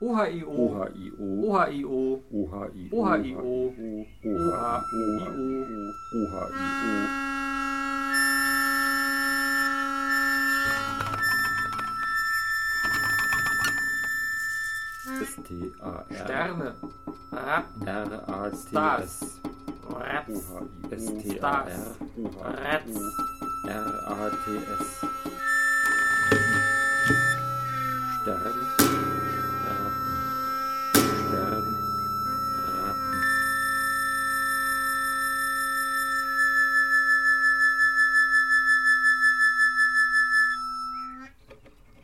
OHIO. OHIO. OHIO. OHIO. OHIO. OHIO. OHIO. S-T-A-R. Sterne. Ra. R-A-T-S. Stars. Ratz. O-H-I-O. Stars. S-T-A-R. Ratz. R-A-T-S.